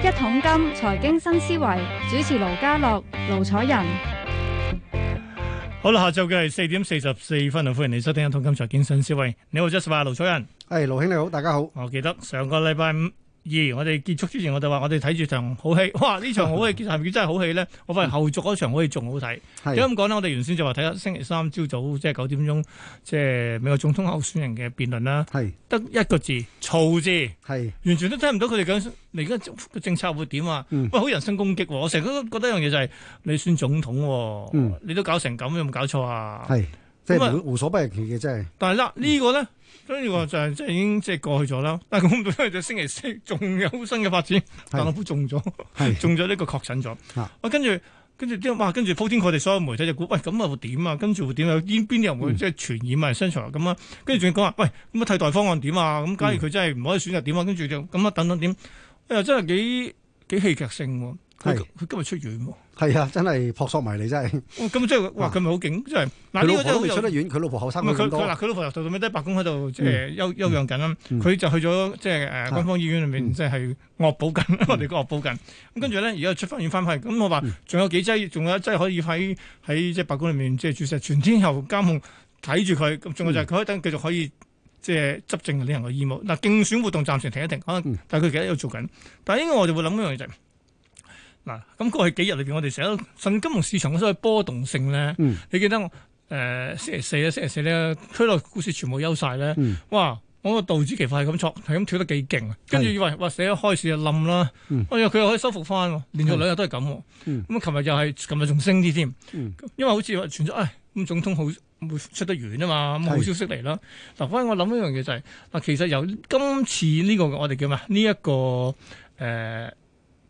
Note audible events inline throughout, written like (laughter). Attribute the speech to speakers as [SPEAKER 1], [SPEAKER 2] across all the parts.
[SPEAKER 1] 一桶金財經新思維主持盧家樂、盧楚仁。
[SPEAKER 2] 好啦，下晝嘅係四點四十四分啊！歡迎你收聽《一桶金財經新思維》。你好，Jasper 盧楚仁。
[SPEAKER 3] 係，盧兄你好，大家好。
[SPEAKER 2] 我記得上個禮拜五二，我哋結束之前，我哋話我哋睇住場好戲。 (laughs) 哇！呢場好戲係咪真係好戲咧？我
[SPEAKER 3] (laughs)
[SPEAKER 2] 發現後續嗰場好戲仲好睇。點解
[SPEAKER 3] 係
[SPEAKER 2] 咁講呢？我哋原先就話睇下星期三朝早即係九點鐘，即係美國總統候選人嘅辯論啦，
[SPEAKER 3] 係
[SPEAKER 2] 得一個字嘈字，
[SPEAKER 3] 係
[SPEAKER 2] 完全都聽唔到佢哋講嚟緊個政策會點啊！
[SPEAKER 3] 嗯
[SPEAKER 2] 喂，好人身攻擊喎！我成日都覺得一樣嘢就係、你選總統喎，
[SPEAKER 3] 嗯
[SPEAKER 2] 你都搞成咁，有冇搞錯啊？
[SPEAKER 3] 係，即
[SPEAKER 2] 咁啊
[SPEAKER 3] 係無無所不入其嘅，真係。
[SPEAKER 2] 但係啦，呢個咧，跟住我就係即係已經即係過去咗啦。 (laughs) 但係估唔到，因為就星期四仲有新嘅發展，特朗普中
[SPEAKER 3] (laughs)
[SPEAKER 2] 咗， (laughs)
[SPEAKER 3] 係
[SPEAKER 2] 中咗呢個確診咗。
[SPEAKER 3] 啊
[SPEAKER 2] 哇！跟住跟住啲哇，跟住鋪天蓋地所有媒體就估，喂咁啊會點啊？跟住會點啊？邊邊啲人會
[SPEAKER 3] 嗯
[SPEAKER 2] 即係傳染啊？身材咁啊？跟住仲要講話，喂咁啊替代方案點啊？咁
[SPEAKER 3] 嗯
[SPEAKER 2] 假如佢真係唔可以選擇點啊？跟住就咁啊等等點？哎呀，真係幾幾戲劇性喎！佢
[SPEAKER 3] 係
[SPEAKER 2] 佢今日出院喎，
[SPEAKER 3] 係啊，真係撲朔迷離，真係。
[SPEAKER 2] 哇咁即啊係哇佢咪好勁？即係嗱
[SPEAKER 3] 啊佢
[SPEAKER 2] 呢
[SPEAKER 3] 老
[SPEAKER 2] 個
[SPEAKER 3] 婆
[SPEAKER 2] 真係
[SPEAKER 3] 都
[SPEAKER 2] 好
[SPEAKER 3] 未
[SPEAKER 2] 有
[SPEAKER 3] 出得院，佢老婆後生
[SPEAKER 2] 唔係
[SPEAKER 3] 佢
[SPEAKER 2] 啊佢佢嗱佢
[SPEAKER 3] 咁多。
[SPEAKER 2] 老婆由頭到尾都喺白宮喺度即係休休養緊啦，
[SPEAKER 3] 嗯
[SPEAKER 2] 佢就去咗即係誒軍方醫院裏面
[SPEAKER 3] 嗯
[SPEAKER 2] 即係惡補緊，我哋講惡補緊。咁跟住咧，而家出翻院翻返去，咁我話
[SPEAKER 3] 嗯
[SPEAKER 2] 仲有幾劑，仲有一劑可以喺喺即係白宮裏面即係注射，全天候監控睇住佢。咁仲
[SPEAKER 3] 嗯
[SPEAKER 2] 有就係佢可以等繼續可以即係執政嘅呢樣嘅義務。嗱，競選活動暫時停一停，可能
[SPEAKER 3] 嗯
[SPEAKER 2] 但係佢而家喺度做緊。但係應該我哋會諗一樣嘢就係嗱，咁過去幾日裏邊，我哋成日都信金融市場嘅所謂波動性咧。
[SPEAKER 3] 嗯
[SPEAKER 2] 你記得我誒、呃星期四咧，星期四咧，區內股市全部休晒咧，
[SPEAKER 3] 嗯
[SPEAKER 2] 哇！我個道指期貨係咁挫，係咁跳得幾勁啊！跟住以為哇，死咗開市就冧啦，
[SPEAKER 3] 嗯
[SPEAKER 2] 哎呀佢又可以收復翻喎，連續兩日都係咁喎。
[SPEAKER 3] 嗯
[SPEAKER 2] 咁啊，琴日又係，琴日仲升啲添，
[SPEAKER 3] 嗯
[SPEAKER 2] 因為好似話傳咗，唉，咁總統好會出得完啊嘛，咁好
[SPEAKER 3] 係
[SPEAKER 2] 消息嚟啦。嗱，反而我諗一樣嘢就係、嗱，其實由今次呢、個我哋叫咩？啊呢、一個誒、呃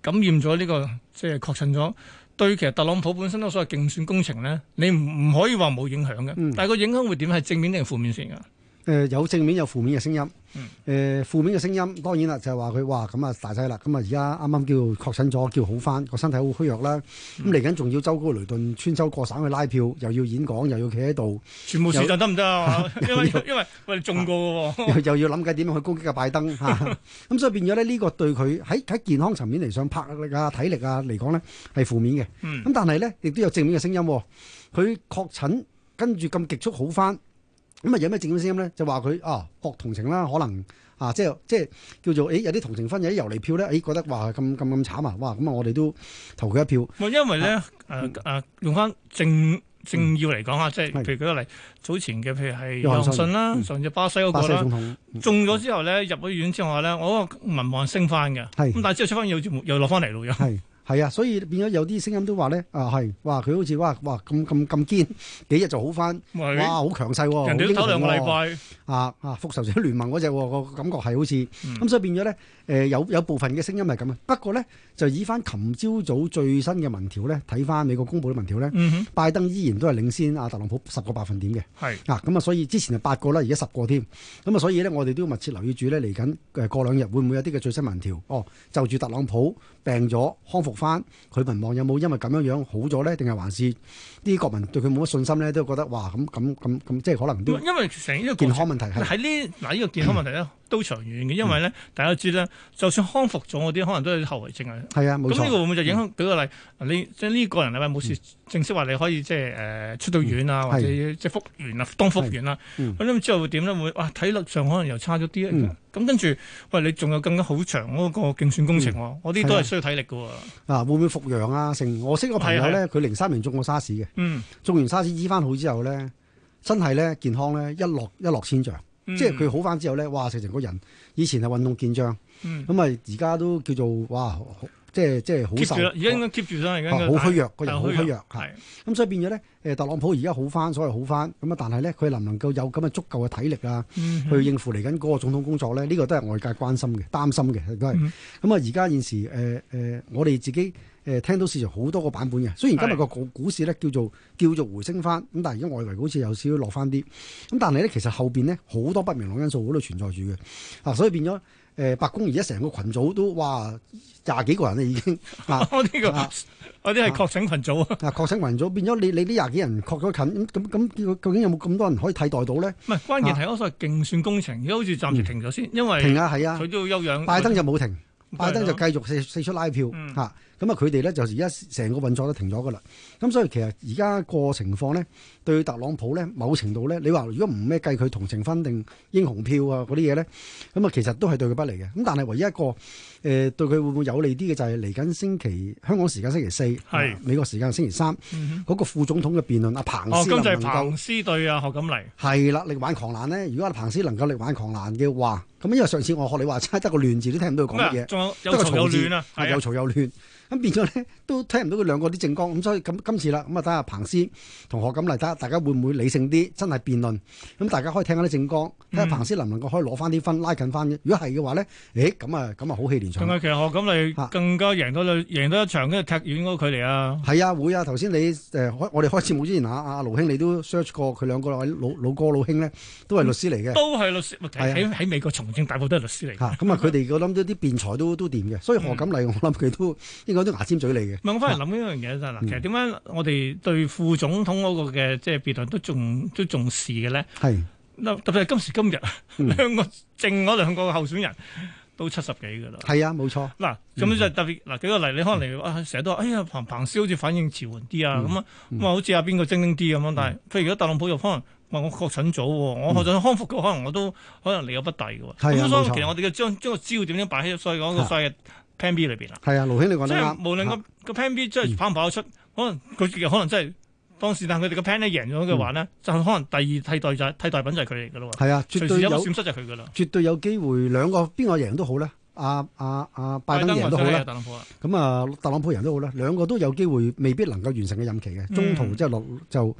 [SPEAKER 2] 感染咗呢、個即係確診咗，對其實特朗普本身都所謂競選工程咧，你唔唔可以話冇影響嘅。
[SPEAKER 3] 嗯
[SPEAKER 2] 但係個影響會點係正面定係負面先㗎？
[SPEAKER 3] 誒有正面有負面嘅聲音。
[SPEAKER 2] 嗯
[SPEAKER 3] 誒負面嘅聲音當然啦，就係話佢哇咁啊大劑啦，咁啊而家啱啱叫確診咗，叫好翻，個身體好虛弱啦。咁嚟緊仲要周高雷頓穿州過省去拉票，又要演講，又要企喺度，
[SPEAKER 2] 全部市就得唔得
[SPEAKER 3] (laughs)
[SPEAKER 2] 啊？因為因為我哋中過嘅喎。
[SPEAKER 3] 又 (laughs) 又要諗緊點樣去攻擊個拜登嚇。咁所以變咗咧，呢個對佢喺喺健康層面嚟上魄力啊、體力啊嚟講咧係負面嘅。
[SPEAKER 2] 嗯
[SPEAKER 3] 咁但係咧，亦都有正面嘅聲音喎。佢確診跟住咁極速好翻，咁啊有咩正面聲音咧？就話佢啊博同情啦，可能啊即係即係叫做誒、咦有啲同情分，有啲遊離票咧，誒、覺得話咁咁咁慘啊！哇咁啊，我哋都投佢一票。
[SPEAKER 2] 唔係因為
[SPEAKER 3] 啊
[SPEAKER 2] 咧，誒誒，用翻政政要嚟講啊，即係
[SPEAKER 3] 嗯係
[SPEAKER 2] 譬如舉個例，早前嘅譬如係
[SPEAKER 3] 約
[SPEAKER 2] 約
[SPEAKER 3] 翰遜
[SPEAKER 2] 翰遜啦，
[SPEAKER 3] 嗯
[SPEAKER 2] 上次巴西嗰
[SPEAKER 3] 巴
[SPEAKER 2] 個
[SPEAKER 3] 西
[SPEAKER 2] 啦
[SPEAKER 3] 總，統嗯
[SPEAKER 2] 中咗之後咧，入咗院之後咧，我個民望升翻嘅，
[SPEAKER 3] 係
[SPEAKER 2] 咁但係之後出翻又又落翻嚟咯，又
[SPEAKER 3] 係係啊，所以變咗有啲聲音都話咧啊係，哇佢好似哇哇咁咁咁堅，幾日就好翻，哇
[SPEAKER 2] 咪
[SPEAKER 3] 好強勢喎、
[SPEAKER 2] 人哋都唞兩個
[SPEAKER 3] 好英雄喎
[SPEAKER 2] 禮拜，
[SPEAKER 3] 啊啊復仇者聯盟嗰只喎，個感覺係好似咁、
[SPEAKER 2] 嗯
[SPEAKER 3] 所以變咗咧誒有有部分嘅聲音係咁啊。不過咧就以翻琴朝早最新嘅民調咧，睇翻美國公佈嘅民調咧，
[SPEAKER 2] 嗯
[SPEAKER 3] 拜登依然都係領先啊特朗普十個百分點嘅
[SPEAKER 2] 哼，係。
[SPEAKER 3] 啊。咁啊，所以之前係八個啦，而家十個添。咁啊，所以咧我哋都要密切留意住咧嚟緊誒過兩日會唔會有啲嘅最新民調哦，就住特朗普病咗康復翻，佢民望有冇因為咁樣樣好咗咧，定係還是啲國民對佢冇乜信心咧，都覺得哇咁咁咁咁，即係可能都
[SPEAKER 2] 因為成呢個
[SPEAKER 3] 健
[SPEAKER 2] 過程
[SPEAKER 3] 康問題係。嗯
[SPEAKER 2] 喺呢嗱呢個健康問題
[SPEAKER 3] (coughs)
[SPEAKER 2] 咧都長遠嘅，因為咧大家都知咧，就算康復咗嗰啲，可能都有啲後遺症啊。
[SPEAKER 3] 係啊，冇
[SPEAKER 2] 咁呢個
[SPEAKER 3] 錯，
[SPEAKER 2] 會唔會就影響？舉個例，你即係呢個人禮拜冇事，正式話你可以即係誒出到院啊，
[SPEAKER 3] 嗯
[SPEAKER 2] 或者即係復原啊，當復原啦。
[SPEAKER 3] 嗯
[SPEAKER 2] 咁咁之後會點咧？會哇體力上可能又差咗啲啊。咁跟住，喂你仲有更加好長嗰個競選工程喎，我啲都係需要體力嘅喎。
[SPEAKER 3] 嗯啊會唔會復陽啊？成我識個朋友
[SPEAKER 2] 係啊
[SPEAKER 3] 咧，佢零三年中過沙士嘅，
[SPEAKER 2] 嗯，
[SPEAKER 3] 中完沙士醫翻好之後咧，真係咧健康咧一落一落千丈，
[SPEAKER 2] 嗯
[SPEAKER 3] 即係佢好翻之後咧，哇！成成個人以前係運動健將，
[SPEAKER 2] 嗯
[SPEAKER 3] 咁啊而家都叫做哇，好即係即係好
[SPEAKER 2] keep
[SPEAKER 3] 瘦
[SPEAKER 2] 住啦，，而家應該 keep 住啦，而家
[SPEAKER 3] 啊好虛弱，個人好虛弱嚇。
[SPEAKER 2] 係
[SPEAKER 3] 咁所以變咗咧，誒特朗普而家好翻，所謂好翻，咁啊但係咧佢能唔能夠有咁嘅足夠嘅體力啊？
[SPEAKER 2] 嗯
[SPEAKER 3] 去應付嚟緊嗰個總統工作咧，呢、個都係外界關心嘅、擔心嘅，亦都係。咁
[SPEAKER 2] 嗯
[SPEAKER 3] 啊、而家現時誒誒、呃我哋自己誒、呃、聽到市場好多個版本嘅。雖然今日個股股市咧叫做叫做回升翻，咁但係而家外圍好似有少少落翻啲。咁但係咧，其實後邊咧好多不明朗因素嗰度存在住嘅。啊，所以變咗誒、呃白宮而家成個群組都哇廿幾個人啦
[SPEAKER 2] (laughs)
[SPEAKER 3] 已經啊。
[SPEAKER 2] (laughs) 我呢
[SPEAKER 3] 啊
[SPEAKER 2] 個，我啲係確診群組啊。
[SPEAKER 3] 啊！確診群組變咗你你呢廿幾人確咗近咁咁咁，究究竟有冇咁多人可以替代到咧？
[SPEAKER 2] 唔係關鍵係嗰個所謂競選工程，而家好似暫時停咗先，因為
[SPEAKER 3] 啊嗯停啊，係啊，
[SPEAKER 2] 佢都要休養。嗯
[SPEAKER 3] 拜登就冇停。拜登就
[SPEAKER 2] 梗
[SPEAKER 3] 繼續四四出拉票
[SPEAKER 2] 嗯
[SPEAKER 3] 嚇，咁啊佢哋咧就而家成個運作都停咗噶啦。咁所以其實而家個情況咧，對特朗普咧某程度咧，你話如果唔咩計佢同情分定英雄票啊嗰啲嘢咧，咁啊其實都係對佢不利嘅。咁但係唯一一個誒、呃、對佢會唔會有利啲嘅就係嚟緊星期香港時間星期四，
[SPEAKER 2] 係
[SPEAKER 3] 啊美國時間星期三嗰、
[SPEAKER 2] 嗯
[SPEAKER 3] 個副總統嘅辯論，阿彭
[SPEAKER 2] 哼哦，
[SPEAKER 3] 斯能
[SPEAKER 2] 咁就
[SPEAKER 3] 啊唔
[SPEAKER 2] 係
[SPEAKER 3] 能夠
[SPEAKER 2] 彭斯對啊何錦麗，
[SPEAKER 3] 係啦，力挽狂瀾咧？如果阿彭斯能夠力挽狂瀾嘅話，咁因為上次我學你話齋得個亂字都聽唔到佢講乜
[SPEAKER 2] 咁
[SPEAKER 3] 嘢
[SPEAKER 2] 啊，。仲有
[SPEAKER 3] 得
[SPEAKER 2] 有
[SPEAKER 3] 個
[SPEAKER 2] 嘈有
[SPEAKER 3] 嘈字
[SPEAKER 2] 亂啊，
[SPEAKER 3] 係
[SPEAKER 2] 係
[SPEAKER 3] 又
[SPEAKER 2] 啊，
[SPEAKER 3] 嘈又亂，咁變咗咧都聽唔到佢兩個啲政綱，咁所以咁今次啦，咁啊睇下彭斯同何錦麗，睇下大家會唔會理性啲，真係辯論，咁大家可以聽下啲政綱，睇下
[SPEAKER 2] 嗯
[SPEAKER 3] 彭斯能唔能夠可以攞翻啲分，拉近翻嘅。如果係嘅話咧，誒咁啊咁啊好戲連
[SPEAKER 2] 仲
[SPEAKER 3] 場。
[SPEAKER 2] 有其實何錦
[SPEAKER 3] 嚇
[SPEAKER 2] 麗更加贏多兩贏多一場，跟住踢遠嗰個距離啊，
[SPEAKER 3] 係啊，會啊！頭先你誒開我哋開節目之前，阿啊阿盧兄你都 search 過佢兩個老老哥老兄咧，都係律師嚟嘅。
[SPEAKER 2] 都係律師，
[SPEAKER 3] 係啊
[SPEAKER 2] 喺喺美國從政大部分都係律師嚟嘅。
[SPEAKER 3] 嚇咁啊！佢哋我諗都啲辯才都都掂嘅，
[SPEAKER 2] 嗯
[SPEAKER 3] 所以何錦麗我諗佢都應該都牙尖嘴利嘅。
[SPEAKER 2] 唔係，我翻嚟諗一樣嘢真係嗱，
[SPEAKER 3] 嗯
[SPEAKER 2] 其實點解我哋對副總統嗰個嘅即係辯論都重都重視嘅咧？
[SPEAKER 3] 係
[SPEAKER 2] 嗱特別係今時今日， (laughs)
[SPEAKER 3] 嗯
[SPEAKER 2] 兩個正嗰兩個候選人都七十幾㗎啦。
[SPEAKER 3] 係啊，冇錯。
[SPEAKER 2] 嗱，咁
[SPEAKER 3] 嗯
[SPEAKER 2] 就特別嗱，舉個例，你可能嚟啊，成日都話，哎呀，彭彭斯好似反應遲緩啲
[SPEAKER 3] 嗯
[SPEAKER 2] 啊，咁啊，咁啊，好似阿邊個精靈啲咁樣，但係譬如如果特朗普又可能話我確診咗喎，我確診康復嘅，可能我都可能理有不抵嘅喎。
[SPEAKER 3] 嗯係啊
[SPEAKER 2] 咁所以
[SPEAKER 3] 冇錯
[SPEAKER 2] 其實我哋嘅將將個焦點咧擺喺所以講個所謂嘅 Plan B 裏邊啦。
[SPEAKER 3] 係啊，盧兄你講
[SPEAKER 2] 即
[SPEAKER 3] 得
[SPEAKER 2] 係
[SPEAKER 3] 啱。
[SPEAKER 2] 無論個個 Plan B 即係跑唔跑得出，可能佢其實可能真係當時，但佢哋個 Plan A 贏咗嘅話咧，就可能第二替代就係替代品就係佢哋嘅咯喎。
[SPEAKER 3] 係啊，嗯絕
[SPEAKER 2] 隨時
[SPEAKER 3] 對
[SPEAKER 2] 有個
[SPEAKER 3] 有
[SPEAKER 2] 閃失就係佢嘅啦。
[SPEAKER 3] 絕對有機會兩個邊個贏都好啦，阿阿阿拜登贏都好
[SPEAKER 2] 或者係
[SPEAKER 3] 啦，
[SPEAKER 2] 特朗普啊，
[SPEAKER 3] 咁啊特朗普贏都好啦，兩個都有機會未必能夠完成嘅任期嘅，
[SPEAKER 2] 嗯
[SPEAKER 3] 中途即係落就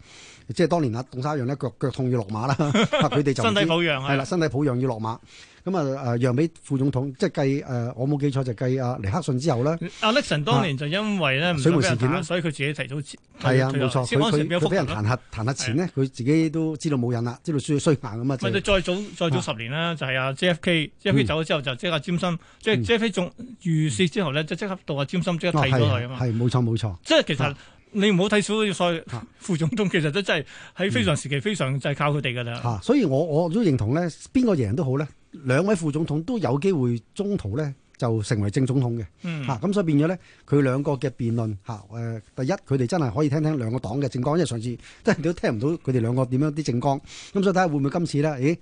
[SPEAKER 3] 即係當年阿啊董生一樣咧，腳腳痛要落
[SPEAKER 2] (laughs)
[SPEAKER 3] 馬啦，啊佢哋就唔
[SPEAKER 2] 身體
[SPEAKER 3] 知
[SPEAKER 2] 保養啊
[SPEAKER 3] 係啦，，身體抱恙要落馬，咁啊誒讓俾副總統，即係計誒我冇記錯就計阿尼克遜之後啦，
[SPEAKER 2] 阿 Nixon 當年就因為咧唔
[SPEAKER 3] 啊水門
[SPEAKER 2] 想
[SPEAKER 3] 事
[SPEAKER 2] 俾
[SPEAKER 3] 件
[SPEAKER 2] 人
[SPEAKER 3] 啦
[SPEAKER 2] 打所以佢自己提早撤
[SPEAKER 3] 係啊
[SPEAKER 2] 退
[SPEAKER 3] 冇
[SPEAKER 2] 落
[SPEAKER 3] 錯，
[SPEAKER 2] 先嗰陣時
[SPEAKER 3] 佢
[SPEAKER 2] 變
[SPEAKER 3] 佢
[SPEAKER 2] 咗
[SPEAKER 3] 佢俾人
[SPEAKER 2] 福特咯
[SPEAKER 3] 彈劾彈劾前呢，佢自己都知道冇癮啦，知道衰衰硬咁啊，
[SPEAKER 2] 咪
[SPEAKER 3] 即
[SPEAKER 2] 就
[SPEAKER 3] 係啊
[SPEAKER 2] 再早再早十年啦，就係阿 JFK，JFK 走咗之後就即刻阿詹森，即係
[SPEAKER 3] 嗯
[SPEAKER 2] JFK 仲遇事之後咧，就即刻到阿詹森即刻
[SPEAKER 3] 哦
[SPEAKER 2] 替咗佢
[SPEAKER 3] 係
[SPEAKER 2] 啊嘛。
[SPEAKER 3] 係冇錯冇錯。
[SPEAKER 2] 即係其實
[SPEAKER 3] 啊
[SPEAKER 2] 你唔好睇少所
[SPEAKER 3] 啊嗯
[SPEAKER 2] 副總統，其實都真係喺非常時期非常就係靠佢哋㗎
[SPEAKER 3] 嚇、
[SPEAKER 2] 啦。
[SPEAKER 3] 所以我我都認同咧，邊個贏都好咧，兩位副總統都有機會中途咧就成為正總統嘅
[SPEAKER 2] 嗯，
[SPEAKER 3] 嚇，咁、所以變咗咧佢兩個嘅辯論嚇誒、第一佢哋真係可以聽聽兩個黨嘅政綱，因為上次真係都聽唔到佢哋兩個點樣啲政綱，咁所以睇下會唔會今次咧，咦？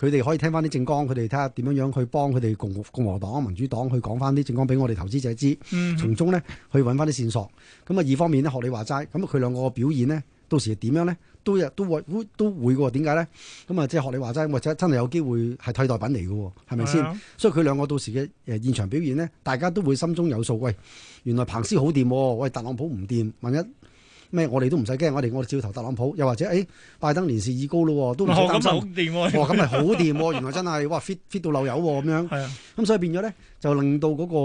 [SPEAKER 3] 佢哋可以聽翻啲政綱，佢哋睇下點樣樣去幫佢哋共共和黨、民主黨去講翻啲政綱俾我哋投資者知。
[SPEAKER 2] 嗯
[SPEAKER 3] 從中咧去揾翻啲線索。咁啊，二方面咧，學你話齋，咁佢兩個嘅表現咧，到時係點樣咧，都有都會都都會嘅喎。點解咧？咁啊，即係學你話齋，或者真係有機會係替代品嚟嘅喎，係咪
[SPEAKER 2] 係啊
[SPEAKER 3] 先？所以佢兩個到時嘅誒現場表現咧，大家都會心中有數。喂，原來彭斯好掂喎，喂特朗普唔掂，萬一。咩？我哋都唔使驚，我哋我哋照投特朗普，又或者誒、哎拜登年事已高咯喎，都唔使
[SPEAKER 2] 哦 (laughs)
[SPEAKER 3] 擔
[SPEAKER 2] 咁咪好
[SPEAKER 3] 心。
[SPEAKER 2] 掂
[SPEAKER 3] 哦，
[SPEAKER 2] 喎。
[SPEAKER 3] 咁咪好掂喎！原來真係哇 fit fit 到漏油喎咁樣。
[SPEAKER 2] 係啊，
[SPEAKER 3] 咁所以變咗咧，就令到嗰個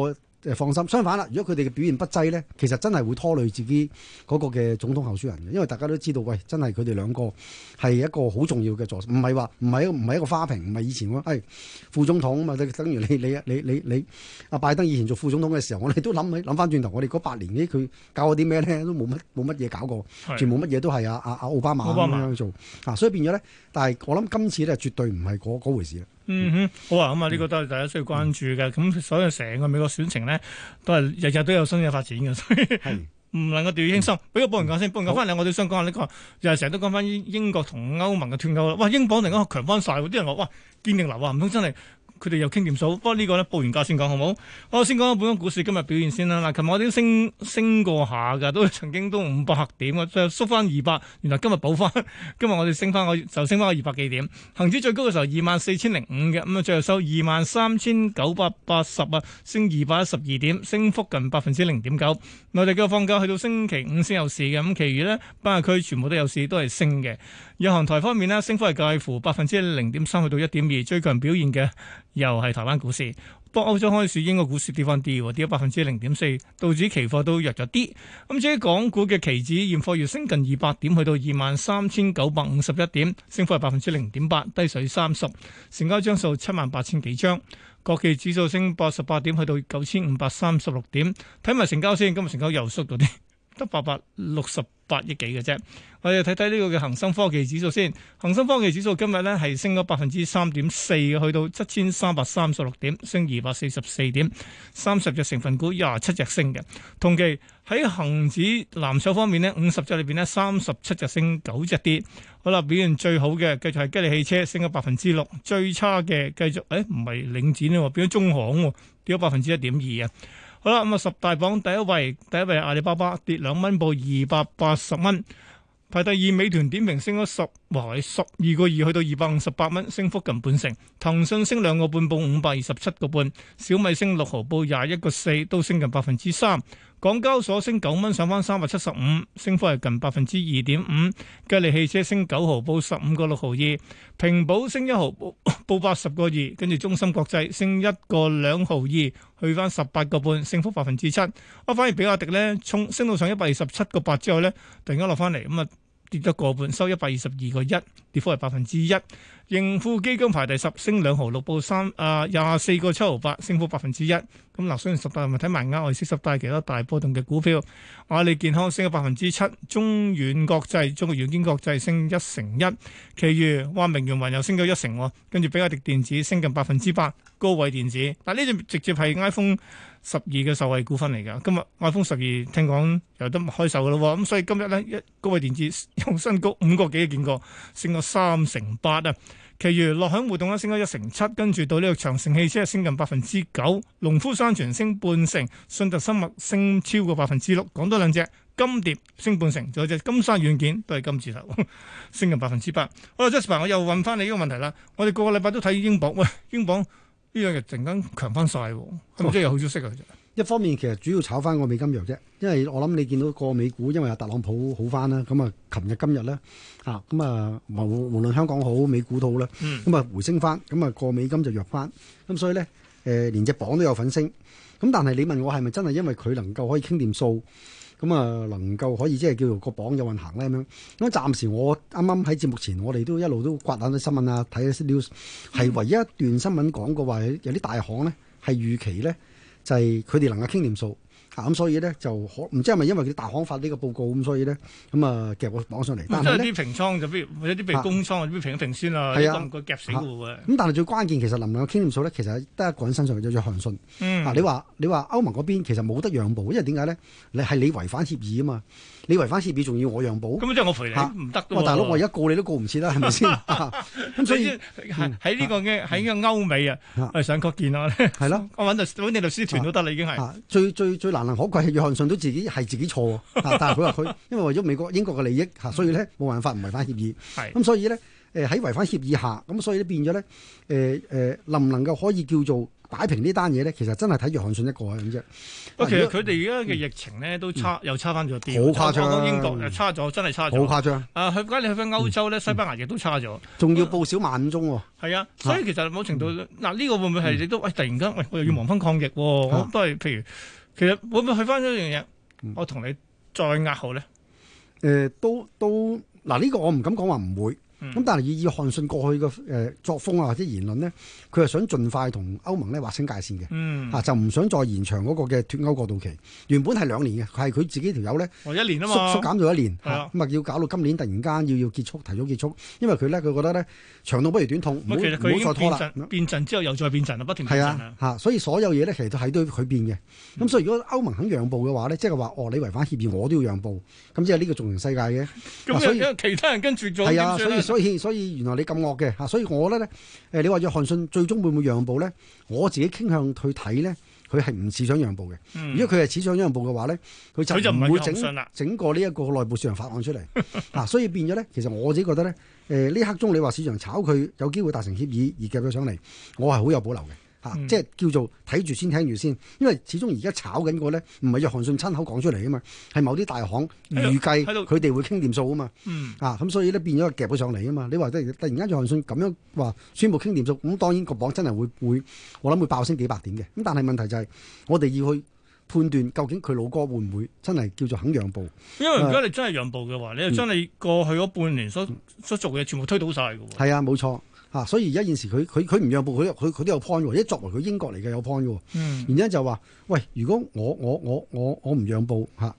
[SPEAKER 3] 呃誒放心。相反啦，如果佢哋嘅表現不濟咧，其實真係會拖累自己嗰個嘅總統候選人嘅，因為大家都知道，喂，真係佢哋兩個係一個好重要嘅助手，唔係話唔係一個唔係一個花瓶，唔係以前嗰、哎、副總統啊嘛，等於你你你你你阿拜登以前做副總統嘅時候，我哋都諗 (laughs) 起諗翻轉頭，我哋嗰八年呢，佢搞過啲咩咧，都冇乜冇乜嘢搞過。
[SPEAKER 2] 係
[SPEAKER 3] 全部乜嘢都係阿阿阿奧巴馬
[SPEAKER 2] 奧巴馬
[SPEAKER 3] 咁樣去做啊，所以變咗咧，但係我諗今次咧絕對唔係嗰嗰
[SPEAKER 2] (laughs)
[SPEAKER 3] 回事啦。
[SPEAKER 2] 嗯哼，好啊，咁啊，呢個都係大家需要
[SPEAKER 3] 嗯
[SPEAKER 2] 關注嘅。咁所以成個美國選情咧，都係日日都有新嘅發展嘅，所以
[SPEAKER 3] 係
[SPEAKER 2] 唔能夠掉以輕心。俾個報完價先，報完價翻嚟，我哋想講下呢個，又係成日都講翻英英國同歐盟嘅脱歐啦。哇，英鎊突然間強翻晒喎，啲人話哇堅定流啊，唔通真係佢哋又傾掂數？不過呢個咧報完價先講好唔好？我先講下本港股市今日表現先啦。嗱，琴日我哋都升升過下㗎，都曾經都五百點嘅，就縮翻二百，原來今日補翻。 (laughs) 今日我哋升翻個就升翻個二百幾點，恒指最高嘅時候二萬四千零五嘅，咁啊最後收二萬三千九百八十啊，升二百一十二點，升幅近百分之零點九。內地嘅放假去到星期五先有市嘅，咁其餘呢，八日區全部都有市，都係升嘅。日韓台方面呢，升幅係介乎百分之零點三去到一點二，最強表現嘅又係台灣股市。不過歐洲開市，英國股市跌翻啲喎，跌咗百分之零點四，道指期貨都弱咗啲。咁至於港股嘅期指現貨月升近二百點，去到二萬三千九百五十一點，升幅係百分之零點八，低水三十。成交張數七萬八千幾張。國企指數升八十八點，去到九千五百三十六點。睇埋成交先，今日成交又縮咗啲。 (laughs) 得八百六十八億幾嘅啫。我哋睇睇呢個嘅恒生科技指數先，恒生科技指數今日咧係升咗百分之三點四嘅，去到七千三百三十六點，升二百四十四點，三十隻成分股廿七隻升嘅。同期喺恒指藍籌方面呢，五十隻裏邊呢，三十七隻升，九隻跌。好啦，表現最好嘅繼續係吉利汽車，升咗百分之六；最差嘅繼續，誒唔係領展喎，變咗中行喎，跌咗百分之一點二啊。好啦，咁啊十大榜第一位，第一位係阿里巴巴跌兩蚊，報二百八十蚊。排第二，美團點評升咗十，哇！十二個二去到二百五十八蚊，升幅近半成。騰訊升兩個半，報五百二十七個半。小米升六毫，報廿一個四，都升近百分之三。港交所升九蚊，上返三百七十五，升幅係近百分之二點五。吉利汽車升九毫，報十五個六毫二。平保升一毫，報報八十個二。跟住中芯國際升一個兩毫二，去返十八個半，升幅百分之七。啊，反而比亞迪咧，衝升到上一百二十七個八之後咧，突然間落翻嚟，咁啊跌咗個半，收一百二十二個一，跌幅係百分之一。盈富基金排第十，升兩毫六，報三啊廿四個七毫八，升幅百分之一。咁嗱，雖然十大咪睇埋啱，我哋識十大其他大波動嘅股票，阿里健康升咗百分之七，中遠國際、中國軟件國際升一成一，其餘話明源雲又升咗一成喎，跟住比亞迪電子升近百分之八，高位電子，但呢隻直接係 iPhone 十二嘅受惠股份嚟㗎。今日 iPhone 十二聽講有得開售㗎咯喎，咁所以今日咧一高位電子 (laughs) 有新高五個幾見過，升咗三成八啊！其餘樂享活動咧升咗一成七，跟住到呢個長城汽車升近百分之九，農夫山泉升半成，信特生物升超過百分之六。講多兩隻，金蝶升半成，仲有隻金山軟件都係金字頭， (laughs) 升近百分之八。好啦，Jasper，我又哦問翻你呢個問題啦。我哋個個禮拜都睇英鎊，喂，英鎊呢兩日突然間強翻晒喎，係咪真係有好消息啊？其實
[SPEAKER 3] 一方面其實主要炒翻個美金弱啫，因為我諗你見到個美股，因為阿特朗普好翻啦，咁啊，琴日今日咧嚇，咁啊無無論香港好美股都好啦，
[SPEAKER 2] 嗯
[SPEAKER 3] 咁啊回升翻，咁啊個美金就弱翻，咁所以咧誒、連隻磅都有份升，咁但係你問我係咪真係因為佢能夠可以傾掂數？咁啊，能夠可以即係叫做個榜有運行咧咁樣。咁暫時我啱啱喺節目前，我哋都一路都刮下啲新聞啊，睇下啲 news，係唯一一段新聞講過話有啲大行咧係預期咧就係佢哋能夠傾掂數啊，咁所以咧就可唔知係咪因為佢大行發呢個報告咁，所以咧咁啊夾個榜上嚟。
[SPEAKER 2] 咁
[SPEAKER 3] 但
[SPEAKER 2] 即
[SPEAKER 3] 係
[SPEAKER 2] 係
[SPEAKER 3] 咧啊
[SPEAKER 2] 啲平倉就譬如有啲被公倉，有啲平一平先啦，
[SPEAKER 3] 係啊啊
[SPEAKER 2] 咁唔該夾死我嘅。
[SPEAKER 3] 咁，但係最關鍵其實能唔能夠傾掂數咧，其實得一個人身上有咗韓信。
[SPEAKER 2] 嗯
[SPEAKER 3] 嗱、，啊你話你話歐盟嗰邊其實冇得讓步，因為點解咧？你係你違反協議啊嘛，你違反協議仲要我讓步？
[SPEAKER 2] 咁即啊係我賠
[SPEAKER 3] 嚇
[SPEAKER 2] 你唔得㗎
[SPEAKER 3] 啊哇！
[SPEAKER 2] 喎。
[SPEAKER 3] 大佬，我而家告你都告唔切啦，係咪
[SPEAKER 2] (laughs)
[SPEAKER 3] 先？啊咁所
[SPEAKER 2] 所以
[SPEAKER 3] 以嗯
[SPEAKER 2] 喺喺呢個嘅喺呢個歐美啊
[SPEAKER 3] 啊，
[SPEAKER 2] 我哋想確見啦。
[SPEAKER 3] 係咯，
[SPEAKER 2] (laughs) 我揾律揾你律師團都得啦，已經係。
[SPEAKER 3] 啊，最最最難能可貴係約翰遜都自己係自己錯喎，
[SPEAKER 2] (laughs)
[SPEAKER 3] 啊但係佢話佢因為為咗美國英國嘅利益嚇，所以咧冇辦法唔違反協議。
[SPEAKER 2] 係
[SPEAKER 3] 咁所以咧，誒喺違反協議下，咁所以咧變咗咧，誒、誒能唔能夠可以叫做擺平呢單嘢咧？其實真係睇約翰遜一個係咁啫。
[SPEAKER 2] 喂，其
[SPEAKER 3] 啊
[SPEAKER 2] 實
[SPEAKER 3] 如果嗯
[SPEAKER 2] 佢哋而家嘅疫情咧都差，又差翻咗啲。
[SPEAKER 3] 好誇張
[SPEAKER 2] 我講英國又差咗，真係差咗。
[SPEAKER 3] 好誇嗯張，
[SPEAKER 2] 啊，去翻你去翻歐洲咧，西班牙亦都差咗。
[SPEAKER 3] 仲要報少萬五宗喎。
[SPEAKER 2] 係啊，所以其實某程度嗱，呢個會唔會係你都喂突然間喂我又要忙翻抗疫喎？我都係譬如，其實會唔會去翻一樣嘢？我同你再押後咧？
[SPEAKER 3] 誒、呃都都嗱呢、個我唔敢講話唔會，咁、
[SPEAKER 2] 嗯
[SPEAKER 3] 但係以約翰遜過去嘅誒、作風啊或者言論咧，佢係想盡快同歐盟咧劃清界線嘅，嚇、
[SPEAKER 2] 嗯，
[SPEAKER 3] 就唔想再延長嗰個嘅脱歐過渡期。原本係兩年嘅，係佢自己條友咧
[SPEAKER 2] 我一年啊
[SPEAKER 3] 縮
[SPEAKER 2] 嘛
[SPEAKER 3] 縮。減咗一年，
[SPEAKER 2] 係啊
[SPEAKER 3] 嚇咁啊要搞到今年突然間要要結束，提早結束，因為佢咧佢覺得咧長痛不如短痛，唔
[SPEAKER 2] 咁
[SPEAKER 3] 好
[SPEAKER 2] 其實
[SPEAKER 3] 唔
[SPEAKER 2] 佢已
[SPEAKER 3] 好
[SPEAKER 2] 經
[SPEAKER 3] 再拖
[SPEAKER 2] 變
[SPEAKER 3] 啦。
[SPEAKER 2] 陣，變陣之後又再變陣啦，不停變
[SPEAKER 3] 係
[SPEAKER 2] 陣啦
[SPEAKER 3] 啊。，嚇、所以所有嘢咧，其實都喺都佢變嘅。咁、所以如果歐盟肯讓步嘅話咧，即係話哦，你違反協議，我都要讓步。咁即係呢個縱容世界嘅。
[SPEAKER 2] 咁
[SPEAKER 3] 啊所
[SPEAKER 2] 因
[SPEAKER 3] 以
[SPEAKER 2] 因為其他人跟住咗
[SPEAKER 3] 係
[SPEAKER 2] 點
[SPEAKER 3] 啊，所
[SPEAKER 2] 算
[SPEAKER 3] 以
[SPEAKER 2] 咧？
[SPEAKER 3] 所以所以原來你咁惡嘅嚇，所以我覺得咧，誒你話約翰遜最終會唔會讓步咧？我自己傾向去睇咧，佢係唔似想讓步嘅。
[SPEAKER 2] 嗯
[SPEAKER 3] 如果佢係似想讓步嘅話咧，佢
[SPEAKER 2] 佢就
[SPEAKER 3] 就
[SPEAKER 2] 唔係
[SPEAKER 3] 唔會
[SPEAKER 2] 約翰遜
[SPEAKER 3] 整
[SPEAKER 2] 啦
[SPEAKER 3] 整個呢一個內部市場法
[SPEAKER 2] (laughs)
[SPEAKER 3] 案出嚟啊，所以變咗咧，其實我自己覺得咧，誒呢刻鐘你話市場炒佢有機會達成協議而夾咗上嚟，我係好有保留嘅。嚇、
[SPEAKER 2] 嗯
[SPEAKER 3] 即係叫做睇住先聽住先，因為始終而家炒緊個咧，唔係約翰遜親口講出嚟啊嘛，係某啲大行
[SPEAKER 2] 喺度
[SPEAKER 3] 預計
[SPEAKER 2] 喺度
[SPEAKER 3] 佢哋會傾掂數啊嘛。
[SPEAKER 2] 嗯。
[SPEAKER 3] 啊，咁所以咧變咗夾咗上嚟啊嘛！你話突然突然間約翰遜咁樣話宣布傾掂數，咁當然個榜真係會會，我諗會爆升幾百點嘅。咁但係問題就係、我哋要去判斷究竟佢老哥會唔會真係叫做肯讓步？
[SPEAKER 2] 因為如果你真係讓步嘅話，你就將你過去嗰半年所所做嘅全部推倒晒嘅喎。
[SPEAKER 3] 係啊，冇錯。嚇、所以而家現時佢佢佢唔讓步，佢佢佢都有 point 喎。因為作為佢英國嚟嘅有 point 嘅喎。
[SPEAKER 2] 嗯
[SPEAKER 3] 原因就話：喂，如果我我我我我唔讓步嚇，誒、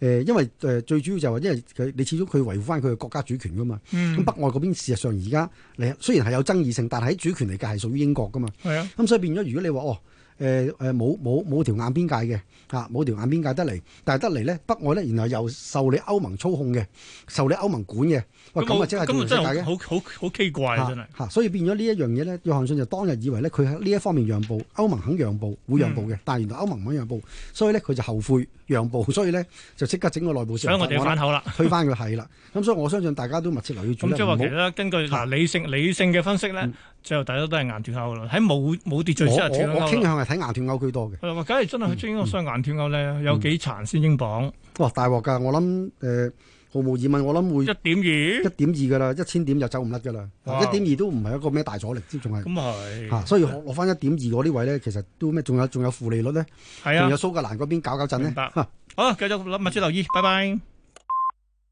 [SPEAKER 3] 因為誒、最主要就係話，因為佢你始終佢維護翻佢嘅國家主權噶嘛。咁、
[SPEAKER 2] 嗯，
[SPEAKER 3] 北愛嗰邊事實上而家你雖然係有爭議性，但係喺主權嚟嘅係屬於英國噶嘛。
[SPEAKER 2] 係啊，
[SPEAKER 3] 咁所以變咗，如果你話哦，誒誒冇冇冇條硬邊界嘅嚇，冇、條硬邊界得嚟，但係得嚟咧北愛咧，然後又受你歐盟操控嘅，受你歐盟管嘅，喂咁
[SPEAKER 2] 我
[SPEAKER 3] 啊即
[SPEAKER 2] 咁
[SPEAKER 3] 係條
[SPEAKER 2] 啊
[SPEAKER 3] 世
[SPEAKER 2] 真
[SPEAKER 3] 界
[SPEAKER 2] 係
[SPEAKER 3] 嘅。
[SPEAKER 2] 好好好好奇怪啊！真係
[SPEAKER 3] 嚇，嚇所以變咗呢一樣嘢咧，約翰遜就當日以為咧佢喺呢一方面讓步，歐盟肯讓步，會讓步
[SPEAKER 2] 嗯
[SPEAKER 3] 嘅，但係原來歐盟唔肯讓步，所以咧佢就後悔讓步， (laughs) 所以咧就即刻整個內部
[SPEAKER 2] 所以我哋要 (laughs) 反口啦。
[SPEAKER 3] 推翻佢係啦。咁所以我相信大家都密切留意住
[SPEAKER 2] 咁
[SPEAKER 3] 啦
[SPEAKER 2] 即係話
[SPEAKER 3] 唔
[SPEAKER 2] 其
[SPEAKER 3] 好
[SPEAKER 2] 實咧，根據嗱
[SPEAKER 3] 嚇
[SPEAKER 2] 理性理性嘅分析咧
[SPEAKER 3] 嗯，
[SPEAKER 2] 最後大家都係硬脱歐啦。喺冇冇秩序之
[SPEAKER 3] 我
[SPEAKER 2] 下脱
[SPEAKER 3] 我我
[SPEAKER 2] 歐
[SPEAKER 3] 傾
[SPEAKER 2] 啦。
[SPEAKER 3] 向係睇硬斷歐居多嘅。
[SPEAKER 2] 係啦，梗係真係英國雙硬脱歐咧，有幾殘先英鎊
[SPEAKER 3] 哇！大鑊㗎，我諗誒毫無疑問，我諗會
[SPEAKER 2] 一點
[SPEAKER 3] 一點二㗎啦，一千點就走唔甩㗎啦。
[SPEAKER 2] 哇
[SPEAKER 3] 一點二都唔係一個咩大阻力，之仲
[SPEAKER 2] 二，咁
[SPEAKER 3] 係
[SPEAKER 2] 係
[SPEAKER 3] 嚇，所以我攞翻一點二我呢位咧，其實都咩？仲有仲有負利率咧，
[SPEAKER 2] 係
[SPEAKER 3] 仲
[SPEAKER 2] 啊
[SPEAKER 3] 有，蘇格蘭嗰邊搞搞震咧
[SPEAKER 2] 明白。
[SPEAKER 3] 嚇
[SPEAKER 2] 好，繼續密切留意，拜拜。